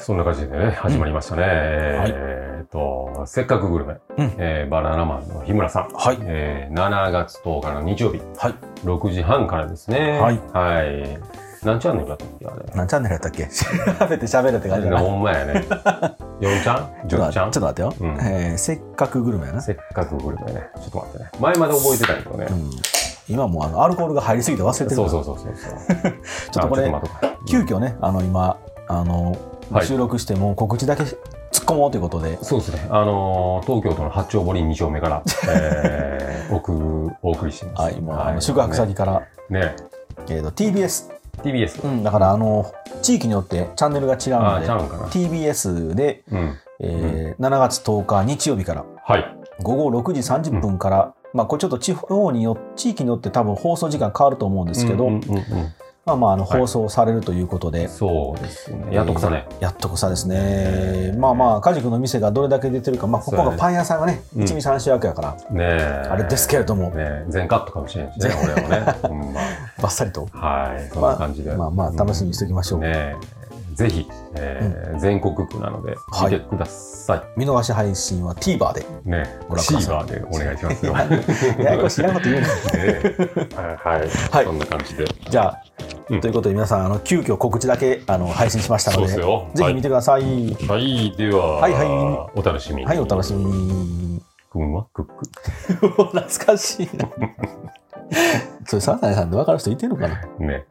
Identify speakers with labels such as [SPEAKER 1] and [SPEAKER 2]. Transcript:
[SPEAKER 1] そんな感じでね、始まりましたね。
[SPEAKER 2] はい
[SPEAKER 1] えーっと、せっかくグルメ、
[SPEAKER 2] うん
[SPEAKER 1] えーバナナマンの日村さん、
[SPEAKER 2] はい。
[SPEAKER 1] えー7月10日の日曜日、
[SPEAKER 2] はい
[SPEAKER 1] 6時半からですね。
[SPEAKER 2] はい
[SPEAKER 1] はい。何チャンネルだったっけあれ。
[SPEAKER 2] 何チャンネルやったっけ 調べて喋るって感じだな。
[SPEAKER 1] ほんま やね。4ちゃん
[SPEAKER 2] ちょっ
[SPEAKER 1] ?10
[SPEAKER 2] と
[SPEAKER 1] ち
[SPEAKER 2] ちょ
[SPEAKER 1] ゃ
[SPEAKER 2] っ
[SPEAKER 1] ん
[SPEAKER 2] と待ってよ、
[SPEAKER 1] うん
[SPEAKER 2] えーせっかくグルメやな。
[SPEAKER 1] せっかくグルメね。ちょっと待ってね。前まで覚えてたけどね。
[SPEAKER 2] うん今もうあのアルコールが入りすぎて忘れてる
[SPEAKER 1] そうそうそうそうそう。
[SPEAKER 2] ちょっとこれ
[SPEAKER 1] あ待とうか
[SPEAKER 2] 急遽ねあの今あの、
[SPEAKER 1] はい
[SPEAKER 2] 収録してもう告知だけ突っ込もうということで
[SPEAKER 1] そうですね。あのー東京都の八丁堀二丁目から、えー、お くお送りしています。
[SPEAKER 2] はい今、あの宿泊先から、
[SPEAKER 1] ね。ね
[SPEAKER 2] えー、と TBS、
[SPEAKER 1] TBS。
[SPEAKER 2] うん、だからあの地域によってチャンネルが違う
[SPEAKER 1] あ
[SPEAKER 2] の
[SPEAKER 1] ー、
[SPEAKER 2] で
[SPEAKER 1] ちゃうんかな。
[SPEAKER 2] TBS で、
[SPEAKER 1] うん。
[SPEAKER 2] えー7月10日日曜日から
[SPEAKER 1] はい。
[SPEAKER 2] 午後6時30分から、まあこれちょっと地方によ地域によって多分放送時間変わると思うんですけど、
[SPEAKER 1] うんうんうんうん
[SPEAKER 2] まあまああの
[SPEAKER 1] はい
[SPEAKER 2] 放送されるということで、
[SPEAKER 1] そうですね。やっとくさね。
[SPEAKER 2] やっとこさですね、まあまあ、カジ君の店がどれだけ出てるか、まあ、ここ
[SPEAKER 1] そう
[SPEAKER 2] が
[SPEAKER 1] やね
[SPEAKER 2] パン屋さんがね、
[SPEAKER 1] うん
[SPEAKER 2] 一味三種役やから、
[SPEAKER 1] ねえ
[SPEAKER 2] あれですけれども、
[SPEAKER 1] ね全カットかもしれないしね、俺 はね。ほんま。
[SPEAKER 2] ばっさりと、
[SPEAKER 1] はい。そんな感じで。
[SPEAKER 2] まあまあ、楽しみにしておきましょう。
[SPEAKER 1] ねえぜひ、えー全国区なので、
[SPEAKER 2] はい
[SPEAKER 1] 見てください。
[SPEAKER 2] 見逃し配信は TVer で。
[SPEAKER 1] ね
[SPEAKER 2] ご覧く
[SPEAKER 1] シ
[SPEAKER 2] だ
[SPEAKER 1] ー
[SPEAKER 2] さ
[SPEAKER 1] バーでお願いしますよ。
[SPEAKER 2] ややこしいなこと言うな。
[SPEAKER 1] ねえはい、
[SPEAKER 2] はい
[SPEAKER 1] そんな感じで。
[SPEAKER 2] じゃあ、
[SPEAKER 1] うん
[SPEAKER 2] ということで皆さん、あの急遽告知だけあの配信しました
[SPEAKER 1] そう
[SPEAKER 2] の
[SPEAKER 1] です
[SPEAKER 2] で、
[SPEAKER 1] よ。
[SPEAKER 2] ぜひ見てください。はい、
[SPEAKER 1] はい、では、
[SPEAKER 2] はいは
[SPEAKER 1] お楽しみに。
[SPEAKER 2] お楽しみ。に。
[SPEAKER 1] くんはクック。
[SPEAKER 2] 懐かしい な。それ、サザエさんで分かる人いてるのかな
[SPEAKER 1] ね。